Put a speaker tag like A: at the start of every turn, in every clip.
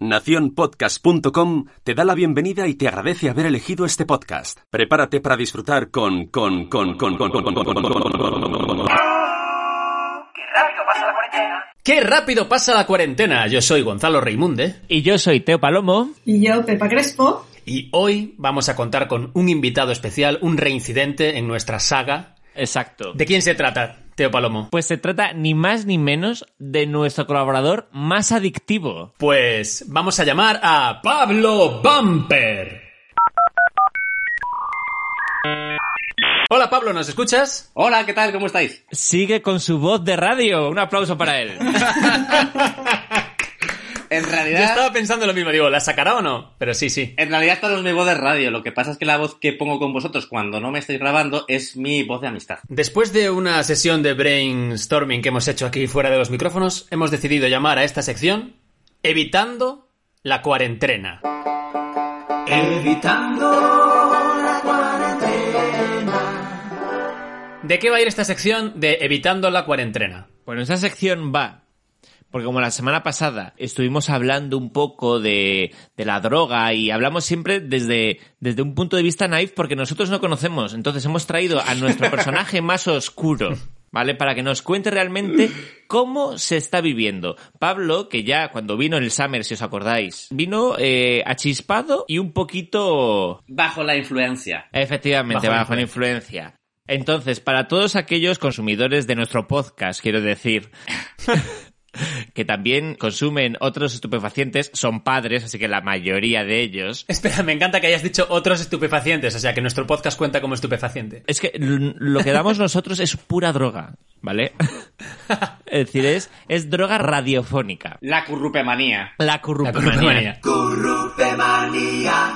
A: Naciónpodcast.com te da la bienvenida y te agradece haber elegido este podcast. Prepárate para disfrutar con con con con con con con con con con con con
B: ¡Qué rápido pasa la cuarentena! Yo soy Gonzalo Reimunde.
C: Y yo soy Teo Palomo.
D: Y yo, Pepa Crespo.
B: Y hoy vamos a contar con un invitado especial, un reincidente en nuestra saga.
C: Exacto.
B: ¿De quién se trata, Teo Palomo?
C: Pues se trata ni más ni menos de nuestro colaborador más adictivo.
B: Pues vamos a llamar a Pablo Bumper. Hola Pablo, ¿nos escuchas?
E: Hola, ¿qué tal? ¿Cómo estáis?
C: Sigue con su voz de radio. Un aplauso para él.
E: En
B: Yo
E: realidad,
B: estaba pensando lo mismo, digo, ¿la sacará o no? Pero sí, sí.
E: en realidad esta no es mi voz de radio. Lo que pasa es que la voz que pongo con vosotros cuando no me estáis grabando es mi voz de amistad.
B: Después de una sesión de brainstorming que hemos hecho aquí fuera de los micrófonos, hemos decidido llamar a esta sección Evitando la cuarentena.
F: Evitando la cuarentena.
B: ¿De qué va a ir esta sección de Evitando la cuarentena?
C: Bueno, esta sección va. Porque como la semana pasada estuvimos hablando un poco de, de la droga y hablamos siempre desde, desde un punto de vista naive porque nosotros no conocemos. Entonces hemos traído a nuestro personaje más oscuro, ¿vale? Para que nos cuente realmente cómo se está viviendo. Pablo, que ya cuando vino el Summer, si os acordáis, vino eh, achispado y un poquito
E: Bajo la influencia.
C: Efectivamente,
B: Bajo
C: bajo,
B: la
C: la influencia. Entonces, para todos aquellos consumidores de nuestro podcast, quiero decir, que también consumen otros estupefacientes, son padres, así que la mayoría de ellos.
B: Espera, me encanta que hayas dicho otros estupefacientes, o sea que nuestro podcast cuenta como estupefaciente.
C: Es que l- lo que damos nosotros es pura droga, ¿vale? es decir, es, es droga radiofónica.
E: La currupemanía.
C: La
B: La
C: corrupción.
B: manía.
F: Corrupemanía.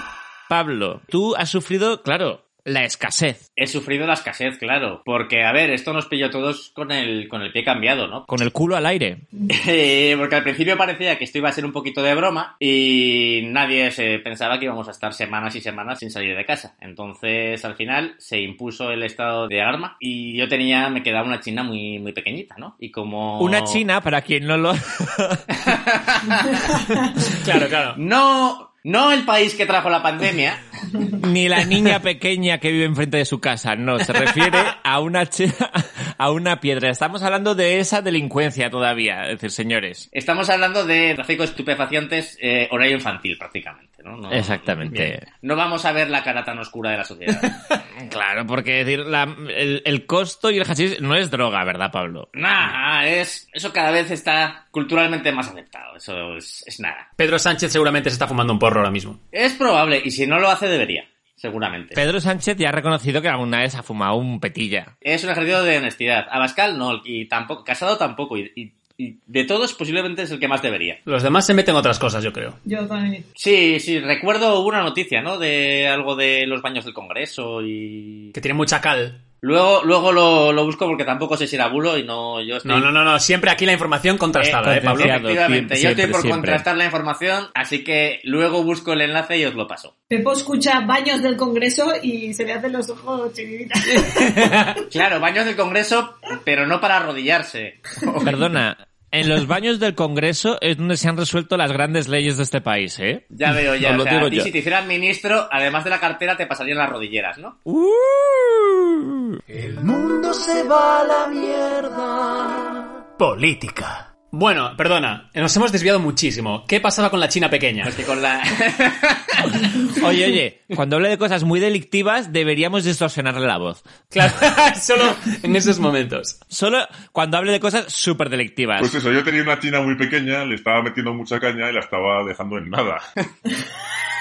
C: Pablo, tú has sufrido, claro, la escasez
E: He sufrido la escasez, claro. Porque, a ver, esto nos pilló a todos con el, con el pie cambiado, ¿no?
C: con el culo al aire.
E: Eh, porque al principio parecía que esto iba a ser un poquito de broma y nadie se pensaba que íbamos a estar semanas y semanas sin salir de casa. Entonces, al final, se impuso el estado de alarma y yo tenía, me quedaba una china muy, muy pequeñita, ¿no? Y como...
C: Una china, para quien no lo...
B: Claro, claro.
E: No, no el país que trajo la pandemia.
C: Ni la niña pequeña que vive enfrente de su casa, no, se refiere a una, che- a una piedra. Estamos hablando de esa delincuencia todavía, es decir, señores.
E: Estamos hablando de tráfico de estupefacientes, eh, horario infantil prácticamente, ¿no? No-
C: Exactamente.
E: No vamos a ver la cara tan oscura de la sociedad.
C: Claro, porque es decir, la- el, el costo y el hachís no es droga, ¿verdad, Pablo?
E: nah, es, eso cada vez está culturalmente más aceptado. Eso es, es nada.
B: Pedro Sánchez seguramente se está fumando un porro ahora mismo.
E: Es probable, y si no lo hace, debería, seguramente.
C: Pedro Sánchez ya ha reconocido que alguna vez ha fumado un petilla.
E: Es un ejercicio de honestidad. Abascal no, y tampoco, Casado tampoco, y, y- y de todos posiblemente es el que más debería.
B: Los demás se meten otras cosas, yo creo.
D: Yo también.
E: Sí, sí, recuerdo una noticia, ¿no? De algo de los baños del Congreso y...
B: Que tiene mucha cal.
E: Luego, luego lo, lo busco porque tampoco sé si era bulo y no yo estoy...
B: No, no, no, no. Siempre aquí la información contrastada,
C: Eh,
B: ¿eh, Pablo?
C: potencial.
E: Efectivamente, yo
C: Siempre,
E: estoy por
C: siempre.
E: contrastar la información, así que luego busco el enlace y os lo paso.
D: Pepo escucha baños del Congreso y se le hacen los ojos chiquititas.
E: Claro, baños del Congreso, pero no para arrodillarse.
C: Perdona, en los baños del Congreso es donde se han resuelto las grandes leyes de este país, ¿eh?
E: Ya veo, ya.
C: Os lo
E: o sea,
C: digo
E: a ti
C: yo.
E: si te hicieran ministro, además de la cartera, te pasarían las rodilleras, ¿no?
C: ¡Uh!
F: El mundo se va a la mierda.
B: Política. Bueno, perdona, nos hemos desviado muchísimo. ¿Qué pasaba con la China pequeña?
E: Pues que con la...
C: Oye, oye, cuando hable de cosas muy delictivas deberíamos distorsionarle la voz.
B: Claro, solo en esos momentos.
C: Solo cuando hable de cosas súper delictivas.
G: Pues eso, yo tenía una china muy pequeña, le estaba metiendo mucha caña y la estaba dejando en nada.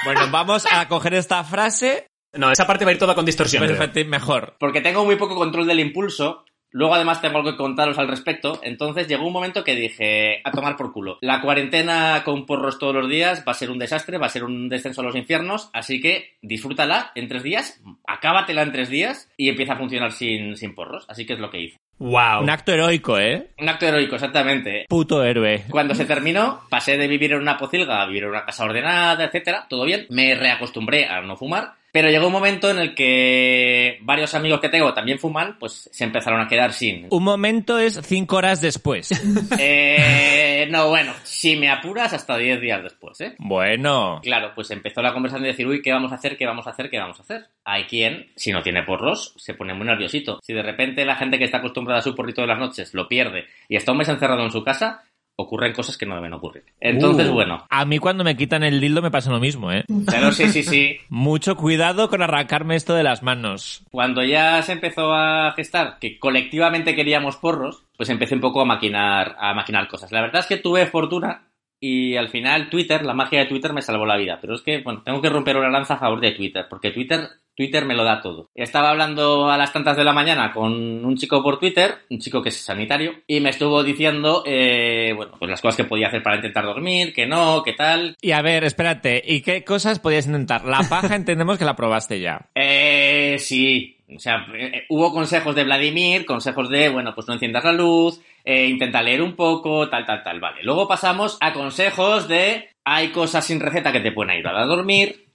C: Bueno, vamos a coger esta frase
B: No, esa parte va a ir toda con distorsión.
C: pues,
B: creo.
C: efecti- mejor.
E: Porque tengo muy poco control del impulso Luego además tengo algo que contaros al respecto. Entonces llegó un momento que dije, a tomar por culo. La cuarentena con porros todos los días va a ser un desastre, va a ser un descenso a los infiernos, así que disfrútala en tres días, acábatela en tres días y empieza a funcionar sin, sin porros. Así que es lo que hice.
B: ¡Wow!
C: Un acto heroico, ¿eh?
E: Un acto heroico, exactamente.
C: Puto héroe.
E: Cuando se terminó, pasé de vivir en una pocilga a vivir en una casa ordenada, etcétera, todo bien. Me reacostumbré a no fumar, pero llegó un momento en el que varios amigos que tengo también fuman, pues se empezaron a quedar sin.
C: Un momento es cinco horas después.
E: Eh, no, bueno, si me apuras, hasta 10 días después, ¿eh?
C: bueno.
E: Claro, pues empezó la conversación de decir, uy, ¿qué vamos a hacer? ¿Qué vamos a hacer? ¿Qué vamos a hacer? Hay quien, si no tiene porros, se pone muy nerviosito. Si de repente la gente que está acostumbrada a su porrito de las noches lo pierde y está un mes encerrado en su casa, ocurren cosas que no deben ocurrir. Entonces,
C: Uh,
E: bueno.
C: A mí cuando me quitan el dildo me pasa lo mismo, ¿eh?
E: Claro, sí, sí, sí.
C: Mucho cuidado con arrancarme esto de las manos.
E: Cuando ya se empezó a gestar que colectivamente queríamos porros, pues empecé un poco a maquinar, a maquinar cosas. La verdad es que tuve fortuna y al final Twitter, la magia de Twitter me salvó la vida. Pero es que, bueno, tengo que romper una lanza a favor de Twitter, porque Twitter, Twitter me lo da todo. Estaba hablando a las tantas de la mañana con un chico por Twitter, un chico que es sanitario, y me estuvo diciendo, eh, bueno, pues las cosas que podía hacer para intentar dormir, que no, que tal,
C: Y a ver, espérate, ¿y qué cosas podías intentar? La paja entendemos que la probaste ya.
E: Eh, sí. O sea, eh, eh, hubo consejos de Vladimir, consejos de, bueno, pues no enciendas la luz, eh, intenta leer un poco, tal, tal, tal, vale. Luego pasamos a consejos de, hay cosas sin receta que te pueden ayudar a dormir,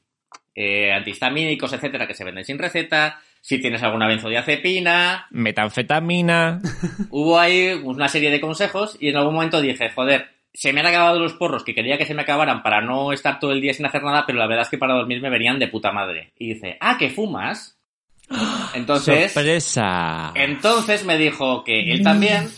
E: eh, antihistamínicos, etcétera, que se venden sin receta, si tienes alguna benzodiazepina,
C: Metanfetamina.
E: hubo ahí una serie de consejos y en algún momento dije, joder, se me han acabado los porros que quería que se me acabaran para no estar todo el día sin hacer nada, pero la verdad es que para dormir me venían de puta madre. Y dice, ah, que fumas. Entonces,
C: Sorpresa.
E: entonces me dijo que él también,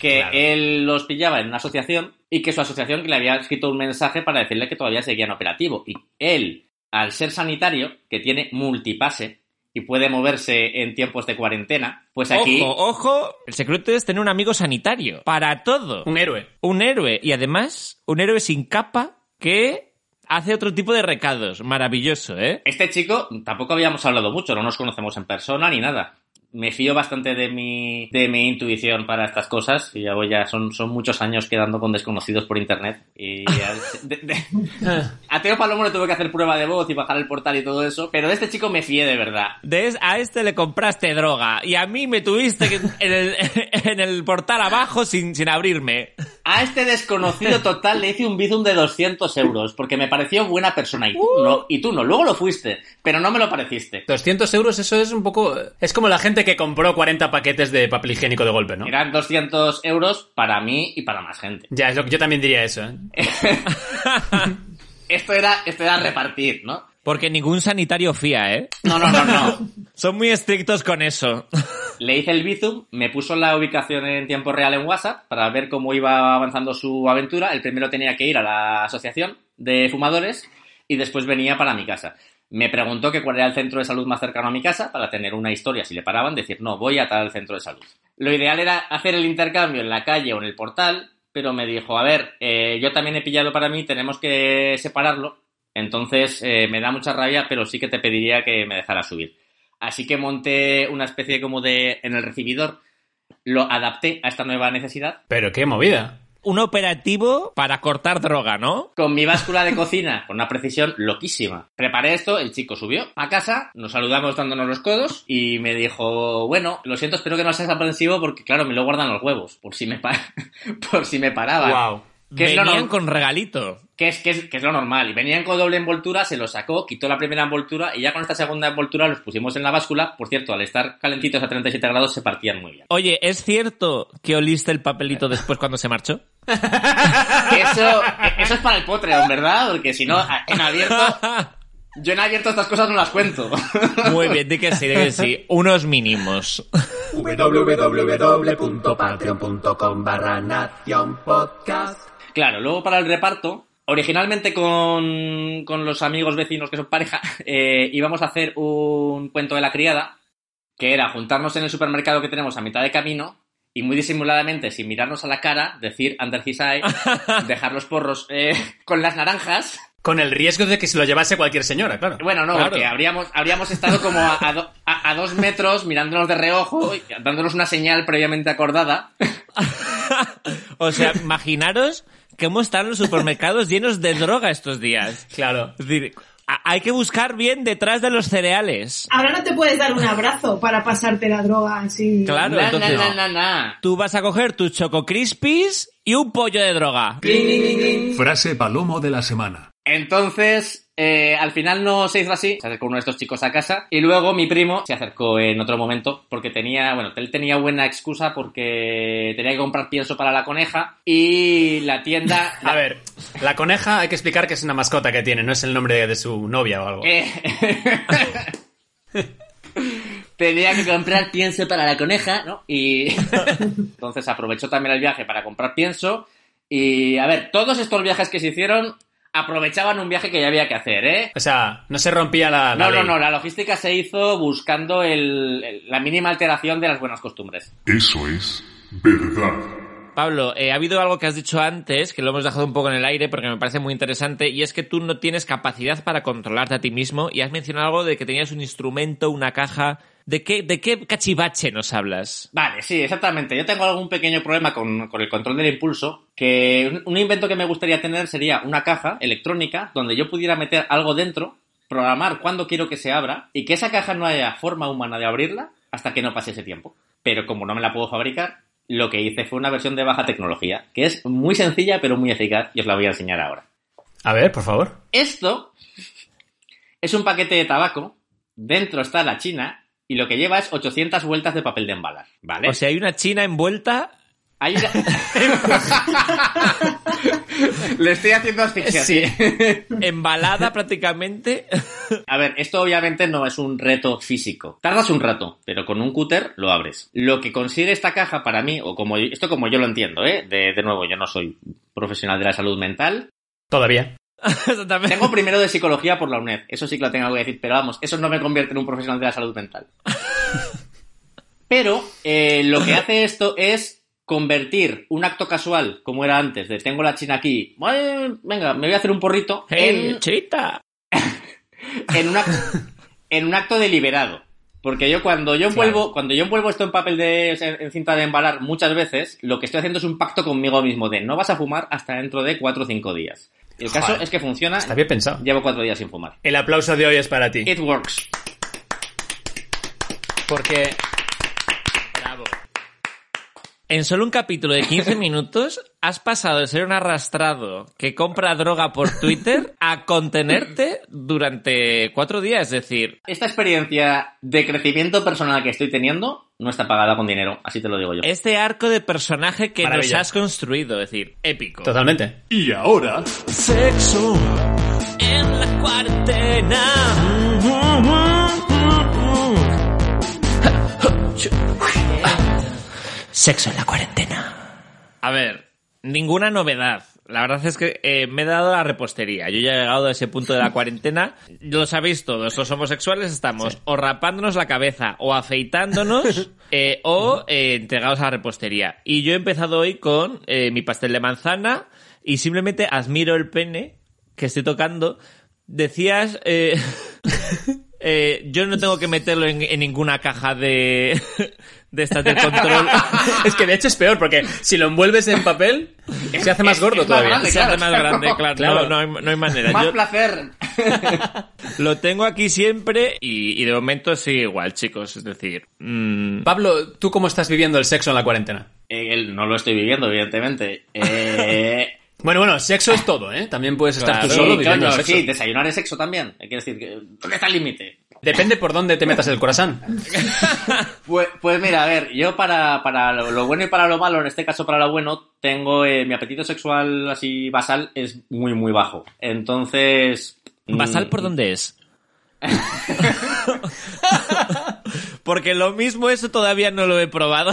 E: que él los pillaba en una asociación y que su asociación que le había escrito un mensaje para decirle que todavía seguían operativo. Y él, al ser sanitario, que tiene multipase y puede moverse en tiempos de cuarentena, pues aquí...
C: Ojo, ojo, el secreto es tener un amigo sanitario. Para todo.
B: Un héroe.
C: Un héroe. Y además, un héroe sin capa que hace otro tipo de recados. Maravilloso, ¿eh?
E: Este chico tampoco habíamos hablado mucho, no nos conocemos en persona ni nada. Me fío bastante de mi, de mi intuición para estas cosas. Y ya voy, ya son, son muchos años quedando con desconocidos por internet. Y ya- de- de- a Teo Palomo le tuve que hacer prueba de voz y bajar el portal y todo eso. Pero de este chico me fié de verdad.
C: De es- a este le compraste droga y a mí me tuviste que- en, el, en el portal abajo sin, sin abrirme.
E: A este desconocido total le hice un bizum de 200 euros porque me pareció buena persona. Y tú no, y tú no. Luego lo fuiste, pero no me lo pareciste.
B: 200 euros, eso es un poco... Es como la gente que compró 40 paquetes de papel higiénico de golpe, ¿no?
E: Eran 200 euros para mí y para más gente.
B: Ya, es lo que yo también diría eso, ¿eh?
E: Esto era, esto era repartir, ¿no?
C: Porque ningún sanitario fía, ¿eh?
E: No, no, no, no.
C: Son muy estrictos con eso.
E: Le hice el Bizum, me puso la ubicación en tiempo real en WhatsApp para ver cómo iba avanzando su aventura. El primero tenía que ir a la asociación de fumadores y después venía para mi casa. Me preguntó que cuál era el centro de salud más cercano a mi casa para tener una historia. Si le paraban, decir, no, voy a tal centro de salud. Lo ideal era hacer el intercambio en la calle o en el portal, pero me dijo, a ver, eh, yo también he pillado para mí, tenemos que separarlo. Entonces, eh, me da mucha rabia, pero sí que te pediría que me dejara subir. Así que monté una especie como de en el recibidor, lo adapté a esta nueva necesidad.
B: Pero qué movida.
C: Un operativo para cortar droga, ¿no?
E: Con mi báscula de cocina, con una precisión loquísima. Preparé esto, el chico subió a casa, nos saludamos dándonos los codos y me dijo, bueno, lo siento, espero que no seas aprensivo porque claro, me lo guardan los huevos, por si me, pa- por si me paraban.
B: Wow.
E: Que es lo
C: Venían
E: norm-
C: con regalito.
E: que es, que, es, que es lo normal. Y venían con doble envoltura, se los sacó, quitó la primera envoltura y ya con esta segunda envoltura los pusimos en la báscula. Por cierto, al estar calentitos a 37 grados se partían muy bien.
C: Oye, ¿es cierto que oliste el papelito después cuando se marchó?
E: Eso, eso es para el potre, aún, ¿verdad? Porque si no, a- en abierto, yo en abierto estas cosas no las cuento.
C: Muy bien, di que sí, di que sí. Unos mínimos.
F: www.patreon.com barra Nación Podcast.
E: Claro, luego para el reparto, originalmente con, con los amigos vecinos que son pareja, eh, íbamos a hacer un cuento de la criada, que era juntarnos en el supermercado que tenemos a mitad de camino y muy disimuladamente, sin mirarnos a la cara, decir under his eye, dejar los porros eh, con las naranjas
B: Con el riesgo de que se lo llevase cualquier señora, claro.
E: Bueno, no,
B: Claro.
E: porque habríamos, habríamos estado como a, a do- a- a dos metros mirándonos de reojo, y dándonos una señal previamente acordada.
C: o sea, imaginaros cómo están los supermercados llenos de droga estos días.
B: Claro.
C: Es decir, a- hay que buscar bien detrás de los cereales.
D: Ahora no te puedes dar un abrazo para pasarte la droga así.
C: Claro,
E: na,
C: entonces-
E: na, na, na, na.
C: Tú vas a coger tus Choco Crispies y un pollo de droga.
H: Frase palomo de la semana.
E: Entonces, eh, al final no se hizo así. Se acercó uno de estos chicos a casa. Y luego mi primo se acercó en otro momento porque tenía, bueno, él tenía buena excusa porque tenía que comprar pienso para la coneja y la tienda...
B: A ver, la coneja hay que explicar que es una mascota que tiene, no es el nombre de, de su novia o algo.
E: Eh, Tenía que comprar pienso para la coneja, ¿no? Y entonces aprovechó también el viaje para comprar pienso. Y a ver, todos estos viajes que se hicieron aprovechaban un viaje que ya había que hacer, ¿eh?
B: O sea, no se rompía la. la
E: No, no,
B: ley.
E: no, la logística se hizo buscando el- el- la mínima alteración de las buenas costumbres.
G: Eso es verdad.
C: Pablo, eh, ha habido algo que has dicho antes, que lo hemos dejado un poco en el aire porque me parece muy interesante, y es que tú no tienes capacidad para controlarte a ti mismo, y has mencionado algo de que tenías un instrumento, una caja. ¿De qué, de qué cachivache nos hablas?
E: Vale, sí, exactamente. Yo tengo algún pequeño problema con, con el control del impulso, que un, un invento que me gustaría tener sería una caja electrónica donde yo pudiera meter algo dentro, programar cuándo quiero que se abra y que esa caja no haya forma humana de abrirla hasta que no pase ese tiempo. Pero como no me la puedo fabricar, lo que hice fue una versión de baja tecnología, que es muy sencilla pero muy eficaz y os la voy a enseñar ahora.
B: A ver, por favor.
E: Esto es un paquete de tabaco, dentro está la china y lo que lleva es 800 vueltas de papel de embalar, ¿vale?
C: O sea, hay una china envuelta.
E: Hay una- Le estoy haciendo asfixia.
C: Sí. Embalada prácticamente.
E: A ver, esto obviamente no es un reto físico. Tardas un rato, pero con un cúter lo abres. Lo que consigue esta caja para mí, o como esto como yo lo entiendo, ¿eh? De, de nuevo, yo no soy profesional de la salud mental.
B: Todavía.
C: Exactamente.
E: Tengo primero de psicología por la UNED. Eso sí que lo tengo que decir, pero vamos, eso no me convierte en un profesional de la salud mental. Pero eh, lo que hace esto es convertir un acto casual, como era antes, de tengo la china aquí, "Ay, venga, me voy a hacer un porrito,
C: ¡Eh,
E: en,
C: chita!
E: en un acto, en un acto deliberado. Porque yo cuando yo envuelvo, cuando yo envuelvo esto en papel de en en cinta de embalar muchas veces, lo que estoy haciendo es un pacto conmigo mismo de no vas a fumar hasta dentro de cuatro o cinco días. El caso
B: Joder.
E: es que funciona.
B: Está bien pensado.
E: Llevo cuatro días sin fumar.
B: El aplauso de hoy es para ti.
E: It works.
B: Porque.
C: En solo un capítulo de 15 minutos has pasado de ser un arrastrado que compra droga por Twitter a contenerte durante cuatro días. Es decir,
E: Esta experiencia de crecimiento personal que estoy teniendo no está pagada con dinero, así te lo digo yo.
C: este arco de personaje que nos
B: Maravilla.
C: has construido, es decir, épico.
B: Totalmente.
H: Y ahora,
C: Sexo en la cuarentena. Sexo en la cuarentena. A ver, ninguna novedad. La verdad es que eh, me he dado la repostería. Yo ya he llegado a ese punto de la cuarentena. Lo sabéis todos, los homosexuales estamos o rapándonos la cabeza, o afeitándonos, eh, o eh, entregados a la repostería. Y yo he empezado hoy con eh, mi pastel de manzana y simplemente admiro el pene que estoy tocando. Decías... eh, Eh, yo no tengo que meterlo en, en ninguna caja de, de estas de control.
B: es que de hecho es peor, porque si lo envuelves en papel, se hace más
E: es-
B: gordo
E: es más
B: todavía.
E: grande.
C: Se hace más
E: claro.
C: grande, claro.
B: Claro.
C: No, no hay, no hay manera.
E: Más
C: Yo
E: placer.
C: lo tengo aquí siempre y, y de momento sigue igual, chicos. Es decir, mm,
B: Pablo, ¿tú cómo estás viviendo el sexo en la cuarentena?
E: Eh, él no lo estoy viviendo, evidentemente. Eh,
B: Bueno, bueno, sexo es todo, ¿eh? También puedes estar tú
C: Claro,
B: solo
E: sí,
B: viviendo
E: coño,
B: el sexo.
E: sí, desayunar es sexo también. Hay que decir, que- ¿dónde está el límite?
B: Depende por dónde te metas el corazón.
E: Pues, pues mira, a ver, yo para, para lo, lo bueno y para lo malo, en este caso para lo bueno, tengo eh, mi apetito sexual así basal es muy, muy bajo. Entonces... mm,
C: ¿basal por dónde es? Porque lo mismo eso todavía no lo he probado.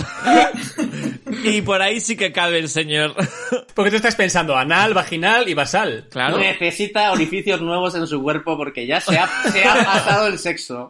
C: y por ahí sí que cabe el señor.
B: Porque tú estás pensando anal, vaginal y basal.
C: claro.
E: Necesita orificios nuevos en su cuerpo porque ya se ha, se ha pasado el sexo.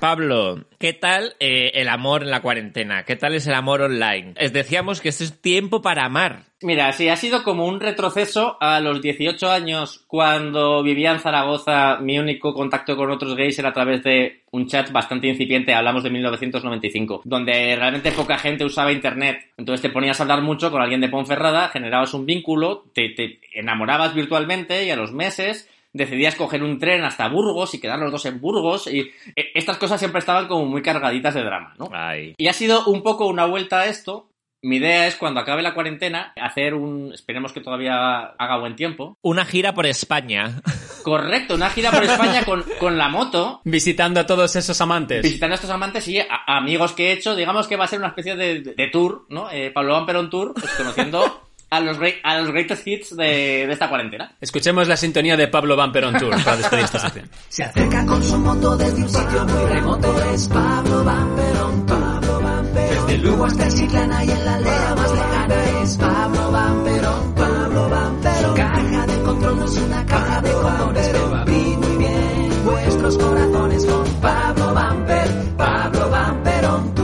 C: Pablo, ¿qué tal eh, el amor en la cuarentena? ¿Qué tal es el amor online? Les decíamos que este es tiempo para amar.
E: Mira, sí, ha sido como un retroceso a los 18 años cuando vivía en Zaragoza. Mi único contacto con otros gays era a través de un chat bastante incipiente, hablamos de 1995, donde realmente poca gente usaba internet. Entonces te ponías a hablar mucho con alguien de Ponferrada, generabas un vínculo, te, te enamorabas virtualmente y a los meses decidías coger un tren hasta Burgos y quedar los dos en Burgos y eh, estas cosas siempre estaban como muy cargaditas de drama, ¿no?
C: Ay.
E: Y ha sido un poco una vuelta a esto. Mi idea es cuando acabe la cuarentena hacer un, esperemos que todavía haga buen tiempo,
C: Una gira por España.
E: correcto, una gira por España con, con la moto,
B: Visitando a todos esos amantes.
E: visitando a estos amantes y a- a amigos que he hecho, digamos que va a ser una especie de, de tour, ¿no? Eh, Pablo Amperón Tour, pues, conociendo a los, rey- a los greatest hits de, de esta cuarentena.
B: Escuchemos la sintonía de Pablo Van Perón Tour para despedir esta sección.
F: Se acerca con su moto desde un sitio muy remoto. Es Pablo Van Perón, Pablo Van Perón. Desde Lugo hasta Chiclana y en la aldea más lejana es Pablo Van Perón, Pablo Van Perón. Su caja de control no es una caja de colores, pero abrí muy bien vuestros corazones con Pablo Van Perón, Pablo Van Perón. Tú.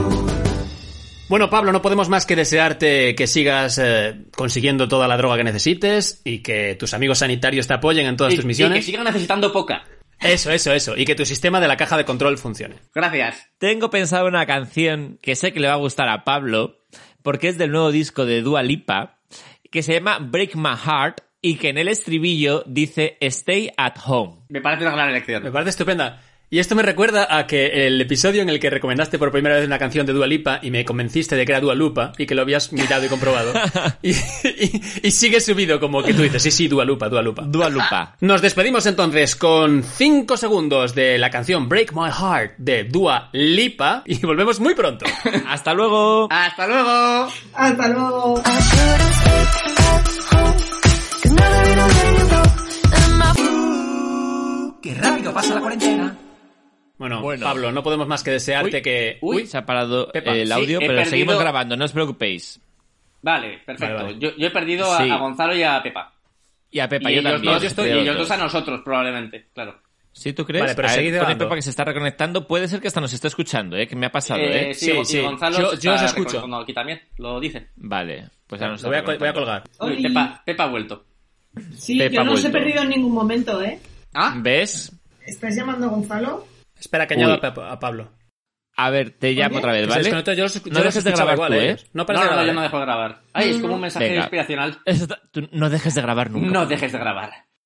B: Bueno, Pablo, no podemos más que desearte que sigas eh, consiguiendo toda la droga que necesites y que tus amigos sanitarios te apoyen en todas
E: Y-
B: tus
E: y que
B: misiones.
E: sigan necesitando poca.
B: Eso, eso, eso. Y que tu sistema de la caja de control funcione.
E: Gracias.
C: Tengo pensado una canción que sé que le va a gustar a Pablo, porque es del nuevo disco de Dua Lipa, que se llama Break My Heart, y que en el estribillo dice Stay at Home.
E: Me parece una gran elección.
B: Me parece estupenda. Y esto me recuerda a que el episodio en el que recomendaste por primera vez una canción de Dua Lipa y me convenciste de que era Dua Lupa y que lo habías mirado y comprobado. y, y- y sigue subido como que tú dices, sí, sí, Dua Lupa, Dua Lupa.
C: Dua Lipa.
B: Nos despedimos entonces con 5 segundos de la canción Break My Heart de Dua Lipa y volvemos muy pronto.
C: Hasta luego.
E: ¡Hasta luego!
D: Hasta luego.
F: Qué rápido pasa la cuarentena.
B: Bueno,
C: Bueno.
B: Pablo, no podemos más que desearte
C: Uy,
B: que...
C: Uy, se ha parado
B: Pepa,
C: el
E: sí,
C: audio,
E: he
C: pero
E: perdido-
C: seguimos grabando, no os preocupéis.
E: Vale, perfecto.
B: Vale, vale.
E: Yo, yo he perdido a,
C: Sí.
E: a Gonzalo y a Pepa.
C: Y a Pepa,
E: y
C: yo
E: ellos
C: también.
E: dos, yo estoy- y
C: creo
E: ellos
C: que-
E: dos a nosotros, probablemente, claro.
C: ¿Sí, tú crees?
B: Vale, pero
C: A ver,
B: seguid
C: pone
B: grabando.
C: Pepa que se está reconectando. Puede ser que hasta nos está escuchando, ¿eh? Que me ha pasado,
E: Eh,
C: ¿eh?
E: sí,
B: Sí,
E: Gon- y
B: sí.
E: Gonzalo
B: Yo-
E: se
B: yo os
E: está
B: escucho.
E: reconectando aquí también, lo dice.
C: Vale, pues ahora nos
B: Lo
C: está
B: voy a, col- voy a
C: reconectando.
B: colgar.
E: Uy,
D: Uy.
E: Pepa, Pepa ha vuelto.
D: Sí,
C: Pepa
D: yo no os he
C: Bulto.
D: perdido en ningún momento, ¿eh?
E: ¿Ah?
C: ¿Ves?
D: ¿Estás llamando a Gonzalo?
B: Espera que
C: Uy.
B: añado a, Pap- a Pablo.
C: A ver, te llamo otra vez,
B: Que se
C: ¿vale?
B: desconectó, yo los- yo
C: no
B: los
C: dejes de
B: escuchaba
C: grabar
B: igual,
C: tú,
B: ¿eh?
C: ¿eh?
B: No
E: No,
B: parece
E: no,
B: nada,
E: yo
B: ¿eh?
E: no dejo de grabar. Ay, Ah, es como un mensaje
C: Venga.
E: inspiracional.
C: Eso está- tú no dejes de grabar nunca.
E: No dejes de grabar.